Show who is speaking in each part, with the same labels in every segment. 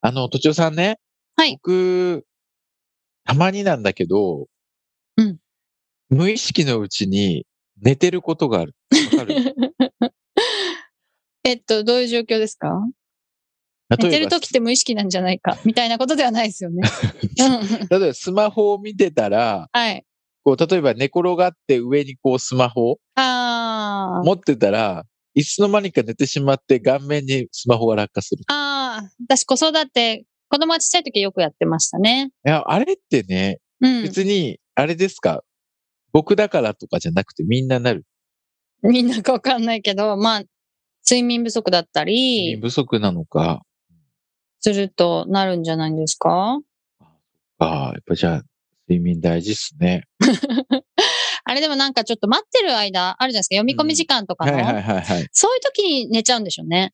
Speaker 1: あの、とちおさんね。
Speaker 2: はい
Speaker 1: 僕、たまになんだけど、
Speaker 2: うん
Speaker 1: 無意識のうちに寝てることがある。わか る
Speaker 2: えっとどういう状況ですか
Speaker 1: 例
Speaker 2: 寝て
Speaker 1: え
Speaker 2: る
Speaker 1: ば
Speaker 2: 時って無意識なんじゃないかみたいなことではないですよ ね。うん
Speaker 1: 例えばスマホを見てたら、
Speaker 2: はい。
Speaker 1: こう、例えば寝転がって上にこうスマホを
Speaker 2: あー
Speaker 1: 持ってたら、いつの間にか寝てしまって顔面にスマホが落下する。
Speaker 2: あー。私子育て、子供がちっちゃい時よくやってましたね。
Speaker 1: いや、あれってね、
Speaker 2: うん。
Speaker 1: 別に、あれですか、僕だからとかじゃなくてみんななる。
Speaker 2: みんなかわかんないけど、まあ、睡眠不足だった
Speaker 1: 睡眠
Speaker 2: り
Speaker 1: 不足なのか、
Speaker 2: するとなるんじゃないんですか
Speaker 1: ああ、やっぱじゃあ、睡眠大事っすね。
Speaker 2: あれでもなんかちょっと待ってる間あるじゃないですか。読み込み時間とか
Speaker 1: はいはい
Speaker 2: の。
Speaker 1: はいはい。
Speaker 2: そういう時に寝ちゃうんでしょうね。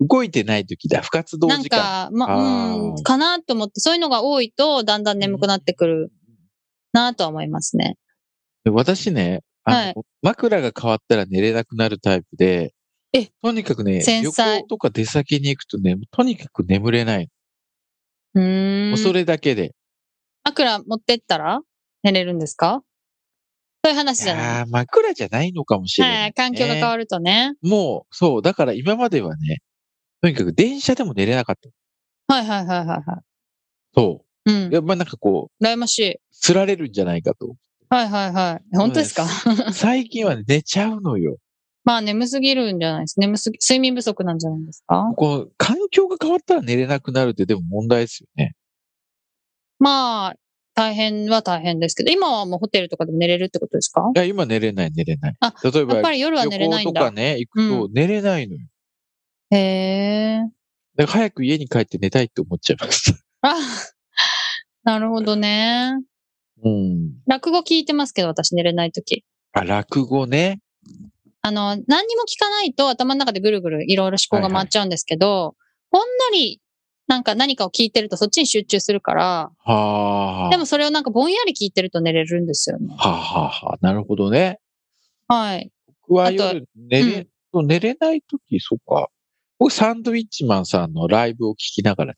Speaker 1: 動いてない時だ。不活動
Speaker 2: なん
Speaker 1: 時間。
Speaker 2: か、ま、
Speaker 1: あ
Speaker 2: うん、
Speaker 1: ー
Speaker 2: かなと思って、そういうのが多いとだんだん眠くなってくるなとは思いますね。
Speaker 1: で私ね、あの、
Speaker 2: はい
Speaker 1: 枕が変わったら寝れなくなるタイプで、
Speaker 2: え
Speaker 1: とにかくね、
Speaker 2: 繊
Speaker 1: 旅
Speaker 2: 細
Speaker 1: 行とか出先に行くとね、とにかく眠れない。
Speaker 2: うー
Speaker 1: も
Speaker 2: ん。
Speaker 1: うそれだけで。
Speaker 2: 枕持ってったら寝れるんですかそういう話
Speaker 1: い
Speaker 2: じゃない。
Speaker 1: やー枕じゃないのかもしれない、
Speaker 2: はい、環境が変わるとね。
Speaker 1: る。もう、そう、だから今まではね、とにかく電車でも寝れなかった。
Speaker 2: はいはいはいはいは
Speaker 1: そ
Speaker 2: い。う
Speaker 1: う。
Speaker 2: ん。
Speaker 1: やっぱなんかこう、
Speaker 2: 羨ましい。
Speaker 1: すられるんじゃないか と。
Speaker 2: はいはいはい。本当ですか
Speaker 1: 最近はね、寝ちゃうのよ。
Speaker 2: まあ眠すぎるんじゃないです。眠すぎ、睡眠不足なんじゃないですか
Speaker 1: こう、環境が変わったら寝れなくなるってでも問題ですよね。
Speaker 2: まあ、大変は大変ですけど、今はもうホテルとかでも寝れるってことですか
Speaker 1: いや、今寝れない、寝れない
Speaker 2: あ。
Speaker 1: 例えば
Speaker 2: やっ、ぱり夜は寝れ
Speaker 1: 旅
Speaker 2: ない
Speaker 1: 行と
Speaker 2: ん
Speaker 1: か
Speaker 2: だ。
Speaker 1: ね、行くと寝れないのよ。
Speaker 2: へえ。
Speaker 1: だから早く家に帰って寝たいって思っちゃいます。
Speaker 2: あ、 なるほどね。
Speaker 1: うん。
Speaker 2: 落語聞いてますけど、私寝れないとき。
Speaker 1: あ、落語ね。
Speaker 2: あの、何にも聞かないと頭の中でぐるぐるいろいろ思考が回っちゃうんですけど、ほんのりなんか何かを聞いてるとそっちに集中するから、
Speaker 1: はあ。
Speaker 2: でもそれをなんかぼんやり聞いてると寝れるんですよね。
Speaker 1: はあ、はあはあ、なるほどね。
Speaker 2: はい。
Speaker 1: 僕は
Speaker 2: あと
Speaker 1: 夜寝れ、そう寝れないとき、そっか。僕、サンドウィッチマンさんのライブを聞きながら、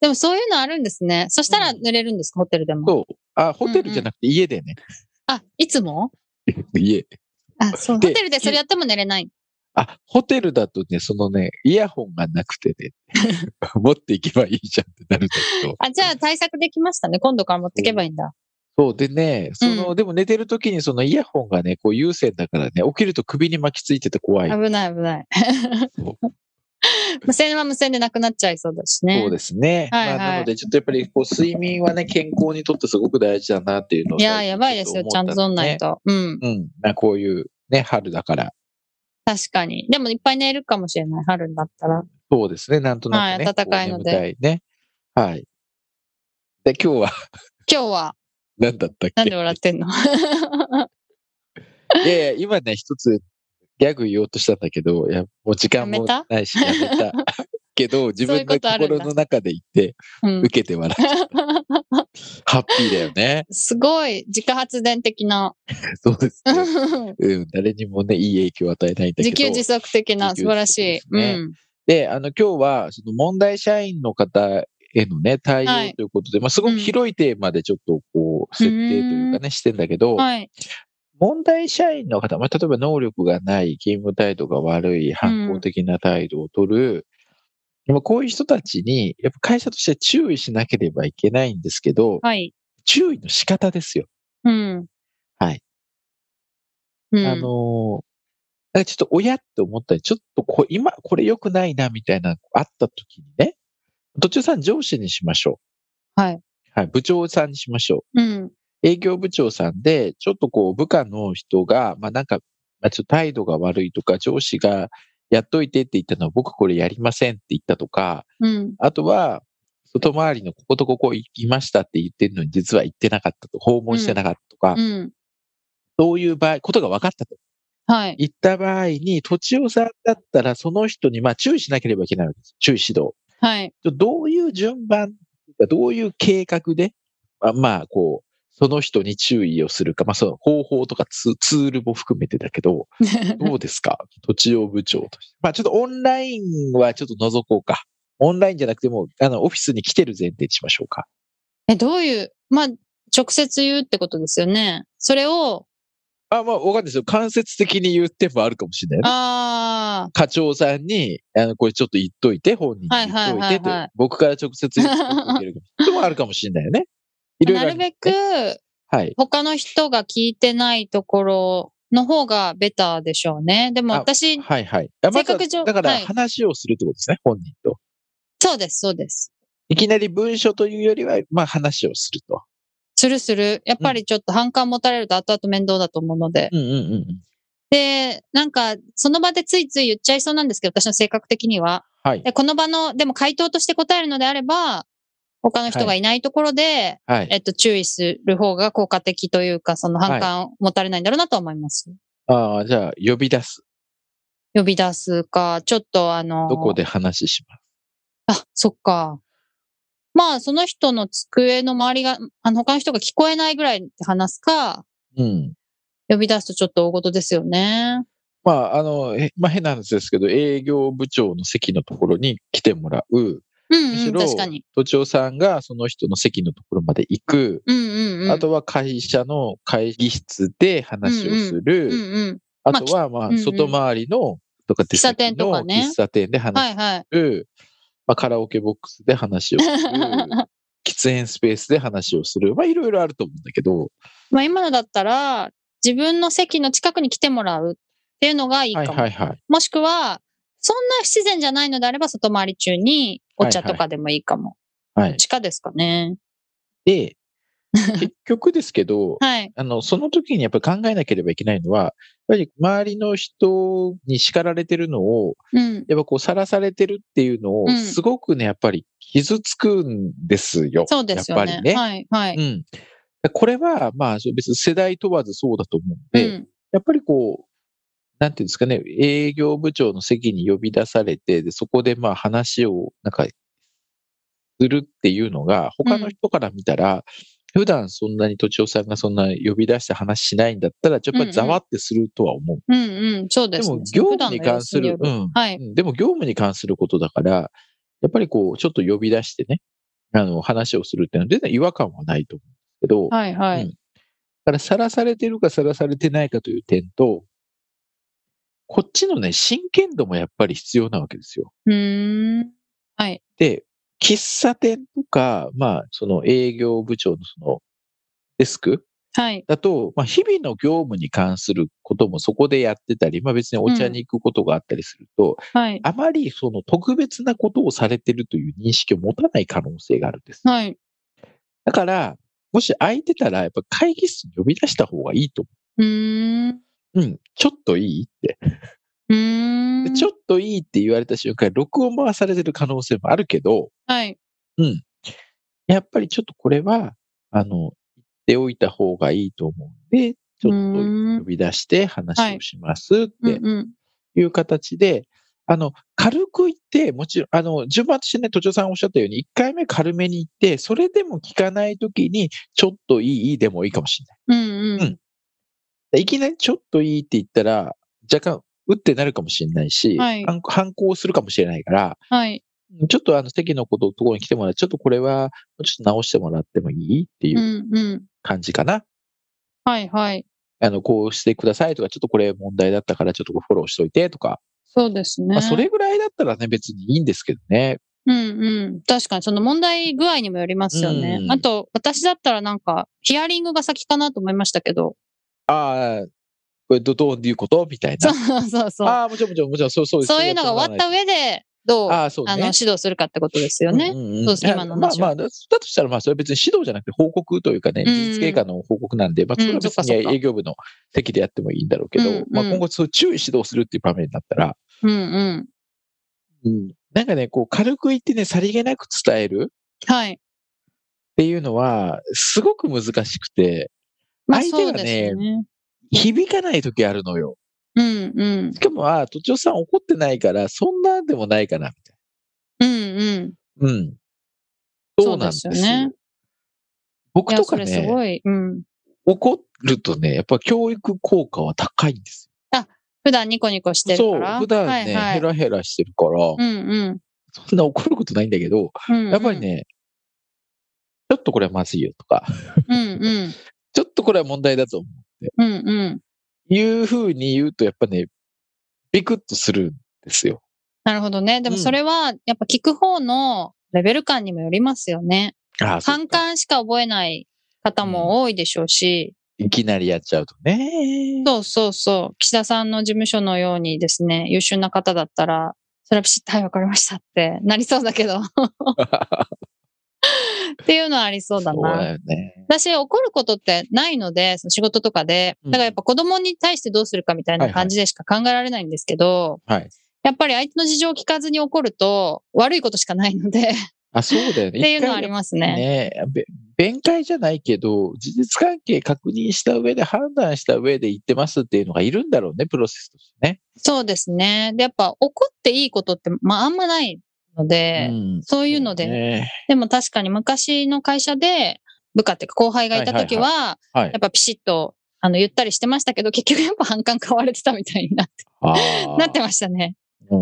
Speaker 2: でもそういうのあるんですね。そしたら
Speaker 1: うん
Speaker 2: 寝れるんですか、ホテルでも。
Speaker 1: そう。あ、ホテルじゃなくて家でね。
Speaker 2: あ、いつも
Speaker 1: 家。
Speaker 2: あ、そう。ホ
Speaker 1: で
Speaker 2: テルでそれやっても寝れない。
Speaker 1: あ、ホテルだとね、そのね、イヤホンがなくて ね、持っていけばいいじゃんってなるんだけど。
Speaker 2: あ、じゃあ対策できましたね。今度から持ってけばいいんだ。
Speaker 1: そうでね、その、でも寝てる時にそのイヤホンがね、こう有線だからね、起きると首に巻きついてて怖い。
Speaker 2: 危ない危ない
Speaker 1: そう。
Speaker 2: 無線は無線でなくなっちゃいそうだしね。
Speaker 1: そうですね。
Speaker 2: は
Speaker 1: ま
Speaker 2: いは
Speaker 1: あ、
Speaker 2: い
Speaker 1: なので、ちょっとやっぱりこう睡眠はね、健康にとってすごく大事だなっていうのを
Speaker 2: いや、やばいですよ。ちゃんと取んない
Speaker 1: と。
Speaker 2: と。うん。
Speaker 1: うん。まあこういうね、春だから。
Speaker 2: 確かに。でもいっぱい寝るかもしれない。春になったら。
Speaker 1: そうですね、なんとなくね。
Speaker 2: はい暖かいので
Speaker 1: こう眠たいね。はい。で、今日は
Speaker 2: 今日は、
Speaker 1: 何だったっけ
Speaker 2: なんで笑っ てんの
Speaker 1: いやいや、今ね、一つギャグ言おうとしたんだけど、いや、もう時間
Speaker 2: や
Speaker 1: も
Speaker 2: めた
Speaker 1: ないし、やめ た。けど、自
Speaker 2: そうい
Speaker 1: 分の
Speaker 2: うことあるんだ
Speaker 1: 心の中で言って、
Speaker 2: うん
Speaker 1: 受けて笑っちゃった。ハッピーだよ ね。
Speaker 2: すごい、自家発電 的な、
Speaker 1: そうですね、
Speaker 2: 自
Speaker 1: うん。誰にもね、いい影響を与えないんだけど。
Speaker 2: 給自足的な、
Speaker 1: 自給
Speaker 2: 素晴
Speaker 1: 自
Speaker 2: ら
Speaker 1: 足
Speaker 2: しい
Speaker 1: で。すね
Speaker 2: うん。
Speaker 1: で、あの、今日は、その問題社員の方へのね、対
Speaker 2: は
Speaker 1: 応
Speaker 2: い
Speaker 1: ということで、まあ、すごく広いテーマでちょっとこう、設定というかね、してんだけど、
Speaker 2: はい。
Speaker 1: 問題社員の方、まあ、例えば能力がない、勤務態度が悪い、反抗的な態度を取る、まあこういう人たちに、やっぱ会社として注意しなければいけないんですけど、
Speaker 2: はい。
Speaker 1: 注意の仕方ですよ。
Speaker 2: うん。
Speaker 1: はい。
Speaker 2: うん、
Speaker 1: あのーなんかちょっと親って思ったり、ちょっとこう今、これ良くないな、みたいな、あった時にね、途中さん上司にしましょう。
Speaker 2: はい。
Speaker 1: はい、部長さんにしましょう。
Speaker 2: うん。
Speaker 1: 営業部長さんで、ちょっとこう、部下の人が、まあなんか、まあ、ちょっと態度が悪いとか、上司がやっといてって言ったのは僕これやりませんって言ったとか、
Speaker 2: うん。
Speaker 1: あとは、外回りのこことここ行きましたって言ってるのに実は行ってなかったと、訪問してなかったとか、
Speaker 2: うん。
Speaker 1: そういう場合、ことが分かったと。
Speaker 2: はい。
Speaker 1: 言った場合に、土地をさんだったらその人にまあ注意しなければいけないわけです。注意指導。
Speaker 2: はい。
Speaker 1: どういう順番、どういう計画で、まあ、まあこう、その人に注意をするか、まあ、その方法とかツツールも含めてだけど、どうですか土地を部長として。まあ、ちょっとオンラインはちょっと覗こうか。オンラインじゃなくても、あの、オフィスに来てる前提にしましょうか。
Speaker 2: え、どういう、まあ、直接言うってことですよね。それを、
Speaker 1: あ、まあ、わかんないですよ。間接的に言ってもあるかもしれないね。
Speaker 2: あ
Speaker 1: 課長さんに、あの、これちょっと言っといて、本人に言っといてと
Speaker 2: はいはいはいはい、
Speaker 1: 僕から直接言っておけるかも。 でもあるかもしれないよね。い
Speaker 2: あ、
Speaker 1: ろいろ
Speaker 2: な
Speaker 1: あ
Speaker 2: る
Speaker 1: ります
Speaker 2: べ
Speaker 1: ね。
Speaker 2: く、
Speaker 1: はい。
Speaker 2: 他の人が聞いてないところの方がベターでしょうね。でも
Speaker 1: あ
Speaker 2: 私、
Speaker 1: はいはい。あま
Speaker 2: 性
Speaker 1: ずは
Speaker 2: 格上
Speaker 1: だから
Speaker 2: はい
Speaker 1: 話をするってことですね、本人と。
Speaker 2: そうです、そうです。
Speaker 1: いきなり文書というよりは、まあ話をすると。
Speaker 2: するする。やっぱりちょっと反感持たれると後々面倒だと思うので。
Speaker 1: うんうんうんうん。
Speaker 2: で、なんか、その場でついつい言っちゃいそうなんですけど、私の性格的には。
Speaker 1: はい。
Speaker 2: でこの場の、でも回答として答えるのであれば、他の人がいないところで、
Speaker 1: はい。
Speaker 2: えっと、注意する方が効果的というか、その反感を持たれないんだろうなとは思います。
Speaker 1: ああ、じゃあ、呼び出す。
Speaker 2: 呼び出すか、ちょっとあの、
Speaker 1: どこで話します。
Speaker 2: あ、そっか。まあ、その人の机の周りが、あの、他の人が聞こえないぐらいって話すか、
Speaker 1: うん。
Speaker 2: 呼び出すとちょっと大事ですよね。
Speaker 1: まあ、あの、へまあ変な話ですけど、営業部長の席のところに来てもらう。
Speaker 2: うん
Speaker 1: む
Speaker 2: う
Speaker 1: し
Speaker 2: ん、
Speaker 1: ろ
Speaker 2: 確かに。
Speaker 1: 都庁さんがその人の席のところまで行く。
Speaker 2: うんうんうん。
Speaker 1: あ、とは会社の会議室で話をする。
Speaker 2: うんうん。
Speaker 1: あとは、ま
Speaker 2: うんう
Speaker 1: あ、
Speaker 2: ん
Speaker 1: 外回りの、とか出
Speaker 2: 喫茶
Speaker 1: 先
Speaker 2: 店と
Speaker 1: の
Speaker 2: かね
Speaker 1: 喫茶店で話
Speaker 2: はいはい。
Speaker 1: する。まあ、カラオケボックスで話 をする。喫煙スペースで話をする。まあ、いろいろあると思うんだけど。
Speaker 2: まあ、今のだったら、自分の席の近くに来てもらうっていうのがいいか
Speaker 1: はい
Speaker 2: も。
Speaker 1: はいはい。
Speaker 2: もしくは、そんな不自然じゃないのであれば、外回り中にお茶とかでもいいかも。
Speaker 1: はい。
Speaker 2: 地下ですかね。
Speaker 1: で、結局ですけど、
Speaker 2: はい。
Speaker 1: あの、その時にやっぱり考えなければいけないのは、やっぱり周りの人に叱られてるのを、
Speaker 2: うん。
Speaker 1: やっぱこう、さらされてるっていうのを、
Speaker 2: うん
Speaker 1: すごくね、やっぱり傷つくんですよ。
Speaker 2: そうです
Speaker 1: や
Speaker 2: よ
Speaker 1: っぱ
Speaker 2: ね
Speaker 1: り。ね。
Speaker 2: はい、は
Speaker 1: う
Speaker 2: い。
Speaker 1: ん。これは、まあ、そう別に世代問わずそうだと思うん
Speaker 2: う
Speaker 1: で、
Speaker 2: ん。
Speaker 1: やっぱりこう、なんていうんですかね、営業部長の席に呼び出されて、でそこでまあ話を、なんか、するっていうのが、他の人から見たら、普段そんなに都庁さんがそんな呼び出して話しないんだったら、ちょっ
Speaker 2: うん
Speaker 1: と
Speaker 2: うん
Speaker 1: ざわってするとは思う。
Speaker 2: うん、うん。そう
Speaker 1: で
Speaker 2: です、ね。
Speaker 1: も、業務に
Speaker 2: 普段の様
Speaker 1: 関
Speaker 2: 子
Speaker 1: す
Speaker 2: に
Speaker 1: る
Speaker 2: よ、る
Speaker 1: うん、
Speaker 2: は
Speaker 1: う
Speaker 2: い。
Speaker 1: んでも業務に関することだから、やっぱりこう、ちょっと呼び出してね、あの、話をするっていうのは全然違和感はないと思うんですけど、
Speaker 2: はい、は
Speaker 1: うん
Speaker 2: い。
Speaker 1: だから、さらされてるかさらされてないかという点と、こっちのね、真剣度もやっぱり必要なわけですよ。
Speaker 2: うーん。はい。
Speaker 1: で、喫茶店とか、まあ、その営業部長のそのデスク
Speaker 2: はい。
Speaker 1: だと、まあ、日々の業務に関することもそこでやってたり、まあ別にお茶
Speaker 2: うん
Speaker 1: に行くことがあったりすると、
Speaker 2: はい。
Speaker 1: あまりその特別なことをされてるという認識を持たない可能性があるんです。
Speaker 2: はい。
Speaker 1: だから、もし空いてたら、やっぱ会議室に呼び出した方がいいと
Speaker 2: うーん。う
Speaker 1: 思う。うん、ちょっといいって。
Speaker 2: ー
Speaker 1: で
Speaker 2: ん。
Speaker 1: ちょっといいって言われた瞬間、録音回されてる可能性もあるけど、
Speaker 2: はい。
Speaker 1: やっぱりちょっとこれは、あの、言っておいた方がいいと思うんで、ちょ
Speaker 2: う
Speaker 1: っと
Speaker 2: ー
Speaker 1: 呼
Speaker 2: ん。
Speaker 1: び出して話をしますっ
Speaker 2: うん
Speaker 1: て
Speaker 2: うん。
Speaker 1: いう形で、あの、軽く言って、もちろん、あの、順番としてね、都庁さんおっしゃったように、1回目軽めに言って、それでも聞かないときに、ちょっといいでもいいかもしれない
Speaker 2: うん。う。
Speaker 1: うんで。いきなりちょっといいって言ったら、若干、うってなるかもしれないし、
Speaker 2: はい
Speaker 1: 反反抗するかもしれないから、
Speaker 2: はい。。
Speaker 1: ちょっとあの席のことところに来てもらって、ちょっとこれは、もうちょっと直してもらってもいいっていううん
Speaker 2: うん。
Speaker 1: 感じかな。
Speaker 2: はい。はい。
Speaker 1: あの、こうしてくださいとか、ちょっとこれ問題だったから、ちょっとフォローしといてとか。
Speaker 2: そうですね。
Speaker 1: まあ、それぐらいだったらね、別にいいんですけどね。
Speaker 2: うんうん。確かに、その問題具合にもよりますよね
Speaker 1: う。ん
Speaker 2: あと、私だったらなんか、ヒアリングが先かなと思いましたけど。
Speaker 1: ああ、これど、どういうことみたい
Speaker 2: そ
Speaker 1: な
Speaker 2: う。そうそう。
Speaker 1: ああ、もちろん、もちろん、もちろん、そうそうです
Speaker 2: そういうのが終わった上で、どう、あ
Speaker 1: ああ、そうね。
Speaker 2: の、指導するかってことですよね。
Speaker 1: んんん
Speaker 2: そうです今の話は
Speaker 1: まあまあ、だだとしたら、まあ、それは別に指導じゃなくて報告というかね、
Speaker 2: うん
Speaker 1: 事実経過の報告なんで、まあ、それは別
Speaker 2: うんそっかそっ
Speaker 1: に
Speaker 2: か
Speaker 1: 営業部の席でやってもいいんだろうけど、
Speaker 2: うんうん
Speaker 1: まあ、今後、そう注意指導するっていう場面になったら、
Speaker 2: うんうん。
Speaker 1: うん、なんかね、こう軽く言ってね、さりげなく伝えるっ
Speaker 2: はい。
Speaker 1: ていうのは、すごく難しくて、
Speaker 2: まあ、
Speaker 1: 相手
Speaker 2: そ
Speaker 1: がね
Speaker 2: うですよね。
Speaker 1: 響かない時あるのよ。
Speaker 2: うんうん
Speaker 1: し。かも、ああ、とちおさん怒ってないから、そんなんでもないかな、みたい
Speaker 2: うんうん。
Speaker 1: な。うん。そうなんですよ。
Speaker 2: そうですよね
Speaker 1: 僕
Speaker 2: い
Speaker 1: と
Speaker 2: や、そ
Speaker 1: か
Speaker 2: れす
Speaker 1: ね、
Speaker 2: ごい。うん。
Speaker 1: 怒るとね、やっぱ教育効果は高いんです
Speaker 2: 普段ニコニコして
Speaker 1: よ。
Speaker 2: る
Speaker 1: そ
Speaker 2: か
Speaker 1: う
Speaker 2: ら。、
Speaker 1: 普段ね、
Speaker 2: はい
Speaker 1: ヘ
Speaker 2: はい。
Speaker 1: ラヘラしてるから、
Speaker 2: うんうん
Speaker 1: そんな怒ることないんだけど、
Speaker 2: うんうん。
Speaker 1: やっぱりね、ちょっとこれはまずいよとか、
Speaker 2: うんうん。
Speaker 1: ちょっとこれは問題だと
Speaker 2: うんうん。
Speaker 1: いうふうに言うと、やっぱね、ビクッとするんですよ。
Speaker 2: なるほどね。でも
Speaker 1: うん
Speaker 2: それは、やっぱ聞く方のレベル感にもよりますよね。
Speaker 1: ああ、そ
Speaker 2: 反
Speaker 1: うか。
Speaker 2: 感しか覚えない方も多いでしょうし、
Speaker 1: いきなりやっちゃうとね。
Speaker 2: そうそうそう、岸田さんの事務所のようにですね、優秀な方だったら、それはピシッと、はい、わかりましたってなりそうだけ ど、っていうのはありそうだ
Speaker 1: そう
Speaker 2: な。
Speaker 1: だよね。
Speaker 2: 私、怒ることってないので、その仕事とかで、
Speaker 1: うん
Speaker 2: だからやっぱ子供に対してどうするかみた
Speaker 1: はい
Speaker 2: いな
Speaker 1: はい
Speaker 2: 感じでしか考えられないんですけど、
Speaker 1: はい。
Speaker 2: やっぱり相手の事情を聞かずに怒ると、悪いことしかないので、っ
Speaker 1: あ、そうだよ ね。
Speaker 2: ていうのはあり
Speaker 1: ま
Speaker 2: ます
Speaker 1: す
Speaker 2: ね。
Speaker 1: べ弁解じゃないけど、事実関係確認した上で判断した上で言ってますっていうのがいるんだろうね、プロセスとしてね。
Speaker 2: そうですね。で、やっぱ怒っていいことって、まああんまないので、
Speaker 1: うん
Speaker 2: そういうので、
Speaker 1: ね
Speaker 2: でも確かに昔の会社で部下っていうか後輩がいた時は、
Speaker 1: はい
Speaker 2: やっ。ぱピシッと、あの、ゆったりしてましたけど、結局やっぱ反感買われてたみたいになって、
Speaker 1: あー
Speaker 2: なってましたね。
Speaker 1: う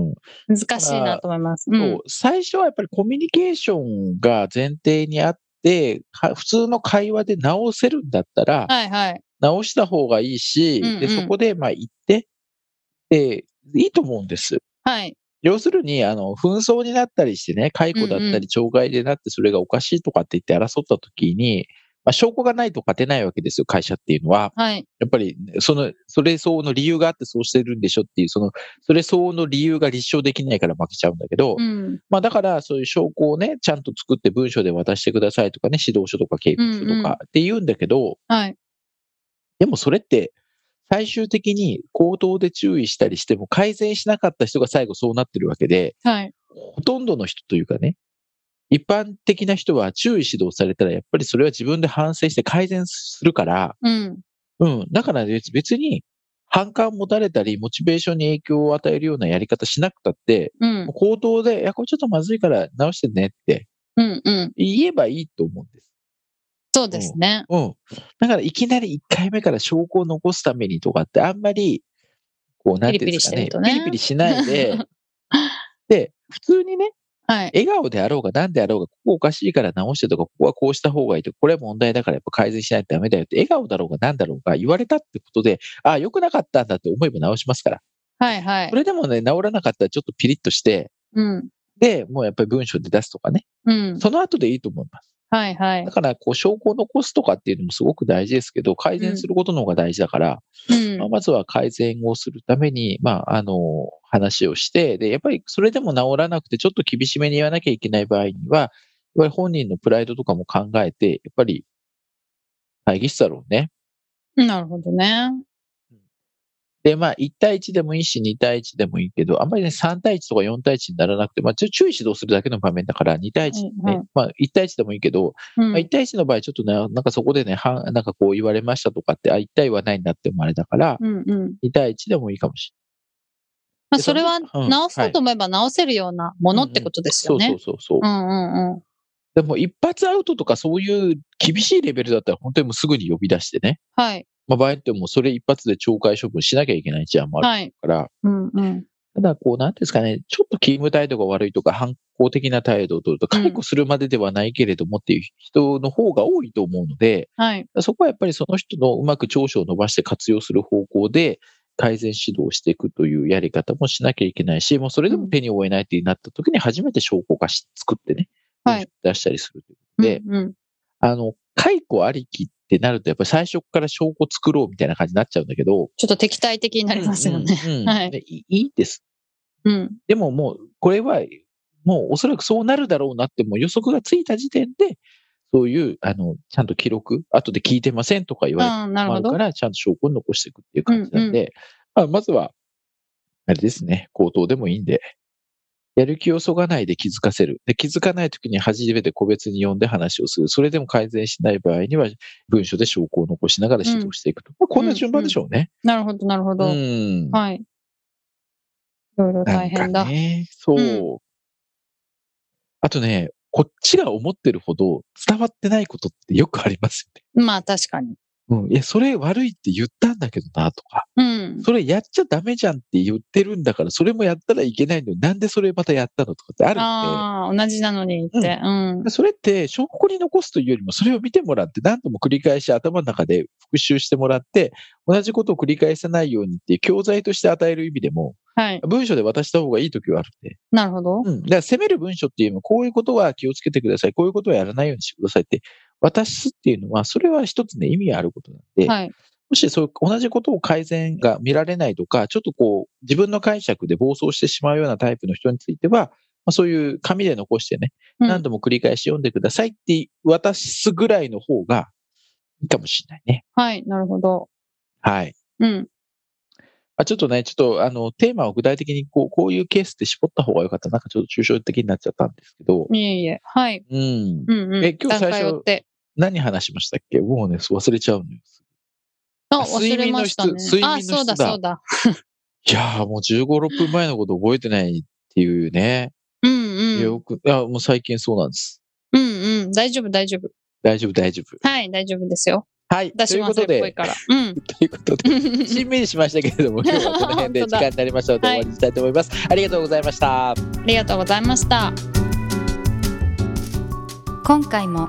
Speaker 1: ん
Speaker 2: 難しいなと思います。う
Speaker 1: そ
Speaker 2: ん
Speaker 1: う。最初はやっぱりコミュニケーションが前提にあって、か普通の会話で直せるんだったら、
Speaker 2: はいはい。
Speaker 1: 直した方がいいし、
Speaker 2: うんうん
Speaker 1: でそこでまあ言ってで、いいと思うんです。
Speaker 2: はい。
Speaker 1: 要するに、あの、紛争になったりしてね、解雇だっ
Speaker 2: うんう
Speaker 1: た
Speaker 2: ん
Speaker 1: り、懲戒でなって、それがおかしいとかって言って争った時に、まあ、証拠がないと勝てないわけですよ、会社っていうのは。
Speaker 2: はい。
Speaker 1: やっぱり、その、それ相応の理由があってそうしてるんでしょっていう、その、それ相応の理由が立証できないから負けちゃうんだけど、
Speaker 2: うん。
Speaker 1: まあだから、そういう証拠をね、ちゃんと作って文書で渡してくださいとかね、指導書とか警告書
Speaker 2: うんう
Speaker 1: と
Speaker 2: ん
Speaker 1: かって言うんだけど、
Speaker 2: はい。
Speaker 1: でもそれって、最終的に行動で注意したりしても改善しなかった人が最後そうなってるわけで、
Speaker 2: はい。
Speaker 1: ほとんどの人というかね、一般的な人は注意指導されたらやっぱりそれは自分で反省して改善するから、
Speaker 2: うん。
Speaker 1: うん、だから別別に反感を持たれたり、モチベーションに影響を与えるようなやり方しなくたって、
Speaker 2: うん。
Speaker 1: 口頭で、いや、これちょっとまずいから直してねって
Speaker 2: うん。うん。
Speaker 1: 言えばいいと思うんです。
Speaker 2: そうですね。
Speaker 1: うん。だからいきなり1回目から証拠を残すためにとかってあんまり、こう、なんていうんですかね。
Speaker 2: ピリピリしてるとね
Speaker 1: ピリピリしない で。で、普通にね、
Speaker 2: はい。
Speaker 1: 笑顔であろうが何であろうが、ここおかしいから直してとか、ここはこうした方がいいとか、これは問題だからやっぱ改善しないとダメだよって、笑顔だろうが何だろうが言われたってことで、ああ、良くなかったんだって思えば直しますから。
Speaker 2: はい。はい
Speaker 1: そ。れでもね、治らなかったらちょっとピリッとして、
Speaker 2: うん。
Speaker 1: で、もうやっぱり文章で出すとかね。
Speaker 2: うん。
Speaker 1: その後でいいと思います。
Speaker 2: はい。はい
Speaker 1: だ。から、こう、証拠を残すとかっていうのもすごく大事ですけど、改善することの方が大事だから、
Speaker 2: うん
Speaker 1: まあ。まずは改善をするために、まあ、あの、話をして、で、やっぱりそれでも治らなくて、ちょっと厳しめに言わなきゃいけない場合には、やっぱり本人のプライドとかも考えて、やっぱり、会議室だろうね。
Speaker 2: なるほどね。
Speaker 1: で、まあ、1対1でもいいし、2対1でもいいけど、あんまりね、3対1とか4対1にならなくて、まあ、ちょ注意指導するだけの場面だから、2対1、ね
Speaker 2: はいはい
Speaker 1: まあ、1対1でもいいけど、
Speaker 2: うん
Speaker 1: まあ、1対1の場合、ちょっとね、なんかそこでね、はんなんかこう言われましたとかって、あ、1対はないんだってもあれだから、
Speaker 2: うん。うん。
Speaker 1: 2対1でもいいかもし
Speaker 2: まあ、
Speaker 1: で
Speaker 2: それは
Speaker 1: そのうん
Speaker 2: 直そうと思えば直せるようなものってことです
Speaker 1: れ
Speaker 2: よ
Speaker 1: ない。そ
Speaker 2: ね
Speaker 1: う。そうそうそう。
Speaker 2: うんうんうん。
Speaker 1: でも一発アウトとかそういう厳しいレベルだったら、本当にもうすぐに呼び出してね。
Speaker 2: はい。
Speaker 1: まあ、場合によってもうそれ一発で懲戒処分しなきゃいけない事案もある
Speaker 2: はい。
Speaker 1: から、
Speaker 2: うんうん。
Speaker 1: ただこう、なんていうんですかね、ちょっと勤務態度が悪いとか、反抗的な態度を取ると、
Speaker 2: うん
Speaker 1: 解雇するまでではないけれどもっていう人の方が多いと思うので、
Speaker 2: はい。
Speaker 1: そこはやっぱりその人のうまく長所を伸ばして活用する方向で改善指導していくというやり方もしなきゃいけないし、もうそれでも手に負えないってなった時に初めて証拠化し作ってね、
Speaker 2: はい
Speaker 1: 出したりするということで、
Speaker 2: うんうん、
Speaker 1: あの、解雇ありきってなるとやっぱり最初から証拠作ろうみたいな感じになっちゃうんだけど、
Speaker 2: ちょっと敵対的になりますよね。
Speaker 1: うんうんうん
Speaker 2: はい
Speaker 1: でいいいです。
Speaker 2: うん。
Speaker 1: でももう、これは、もうおそらくそうなるだろうなって、もう予測がついた時点で、そういう、あの、ちゃんと記録、後で聞いてませんとか言われて
Speaker 2: ああ、なる
Speaker 1: もある
Speaker 2: ほど
Speaker 1: か。ら、ちゃんと証拠を残していくっていう感じなんで、まあ、まずは、あれですね、口頭でもいいんで、やる気をそがないで気づかせる。で、気づかないときに初めて個別に呼んで話をする。それでも改善しない場合には、文書で証拠を残しながら指導していくと。まあ、こんな順番でしょうね。
Speaker 2: なるほど、なるほ
Speaker 1: う
Speaker 2: ど。
Speaker 1: ん。
Speaker 2: はい。いろいろ
Speaker 1: な
Speaker 2: 大
Speaker 1: ん
Speaker 2: 変
Speaker 1: か
Speaker 2: だ。
Speaker 1: ね、そう。
Speaker 2: う
Speaker 1: あとね、こっちが思ってるほど伝わってないことってよくあります
Speaker 2: まあ、確かに。
Speaker 1: よね。うん。いや、それ悪いって言ったんだけどな、とか。
Speaker 2: うん。
Speaker 1: それやっちゃダメじゃんって言ってるんだから、それもやったらいけないのになんでそれまたやったのとかってあるんで。
Speaker 2: ああ、同じなのにって。うん。
Speaker 1: それって証拠に残すというよりも、それを見てもらって何度も繰り返し頭の中で復習してもらって、同じことを繰り返さないようにっていう教材として与える意味でも、
Speaker 2: はい。
Speaker 1: 文章で渡した方がいい時はあるんで。
Speaker 2: なるほど。
Speaker 1: うん。だから責める文章っていうのは、こういうことは気をつけてください。こういうことはやらないようにしてくださいって渡すっていうのは、それは一つね、意味があることなんで、
Speaker 2: はい。
Speaker 1: もしそういう同じことを改善が見られないとか、ちょっとこう、自分の解釈で暴走してしまうようなタイプの人については、まあ、そういう紙で残してね、
Speaker 2: うん
Speaker 1: 何度も繰り返し読んでくださいって渡すぐらいの方がいいかもしれないね。
Speaker 2: はい。なるほど。
Speaker 1: はい。
Speaker 2: うん。
Speaker 1: あちょっとね、ちょっとあの、テーマを具体的にこう、こういうケースで絞った方がよかった。なんかちょっと抽象的になっちゃったんですけど。
Speaker 2: いえいえ。はい。
Speaker 1: うん。
Speaker 2: うんうん。
Speaker 1: え今日最初
Speaker 2: 段階を追って。
Speaker 1: 何話しましたっけもうね、忘れちゃうのよ。
Speaker 2: あ、忘
Speaker 1: 睡
Speaker 2: れ
Speaker 1: 眠の
Speaker 2: ま
Speaker 1: 質
Speaker 2: したね。
Speaker 1: 睡眠の
Speaker 2: あ、
Speaker 1: 質
Speaker 2: そうだ、
Speaker 1: だ
Speaker 2: そうだ。
Speaker 1: いやー、もう15、6分前のこと覚えてないっていうね。
Speaker 2: うんうん。
Speaker 1: よく、いや、もう最近そうなんです。
Speaker 2: うんうん。大丈夫、大丈夫。
Speaker 1: 大丈夫、大丈夫。
Speaker 2: はい、大丈夫ですよ。
Speaker 1: はい。と
Speaker 2: 私
Speaker 1: いう
Speaker 2: も
Speaker 1: こ
Speaker 2: そ
Speaker 1: と
Speaker 2: れっぽい
Speaker 1: で、
Speaker 2: から。うん。
Speaker 1: ということで、しんみりしましたけれども、今日はこの辺で
Speaker 2: 本
Speaker 1: 時
Speaker 2: 当だ
Speaker 1: 間になりましたので、
Speaker 2: はい
Speaker 1: 終わりにしたいと思います。ありがとうございました。
Speaker 2: ありがとうございました。
Speaker 3: 今回も